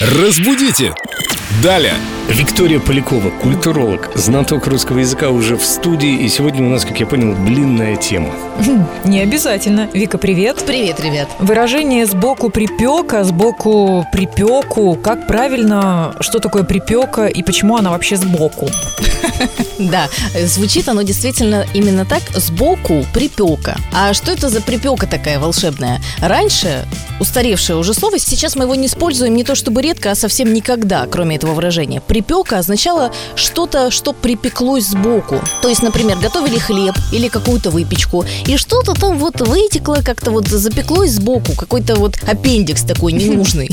Разбудите! Далее! Виктория Полякова, культуролог, знаток русского языка уже в студии. И сегодня у нас, как я понял, блинная тема. Не обязательно. Вика, привет. Привет, ребят. Выражение сбоку припека, сбоку припеку. Как правильно, что такое припека и почему она вообще сбоку? Да, э, звучит оно действительно именно так, сбоку припека. А что это за припека такая волшебная? Раньше устаревшая уже словость, сейчас мы его не используем не то чтобы редко, а совсем никогда, кроме этого выражения. Припека означало что-то, что припеклось сбоку. То есть, например, готовили хлеб или какую-то выпечку, и что-то там вот вытекло, как-то вот запеклось сбоку, какой-то вот аппендикс такой ненужный.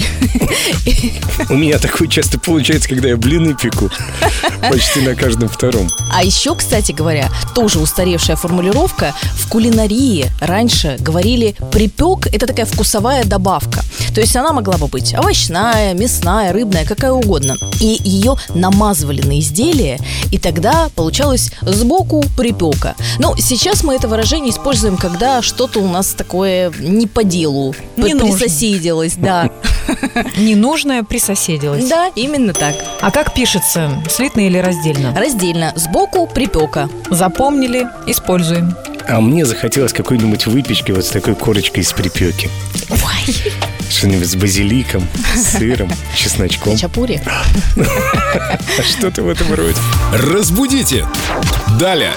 У меня такое часто получается, когда я блины пеку. Почти на каждом втором. А еще, кстати говоря, тоже устаревшая формулировка, в кулинарии раньше говорили припек, это такая вкусовая добавка. То есть она могла бы быть овощная, мясная, рыбная, какая угодно. И ее намазывали на изделие, и тогда получалось сбоку припека. Но сейчас мы это выражение используем, когда что-то у нас такое не по делу, Не нужно. присоседилось, да. Ненужное присоседилось. Да, именно так. А как пишется? Слитно или раздельно? Раздельно, сбоку припека. Запомнили, используем. А мне захотелось какой-нибудь выпечки вот с такой корочкой из припеки. Что-нибудь с базиликом, с сыром, чесночком. Чапури. Что-то в этом роде. Разбудите! Далее!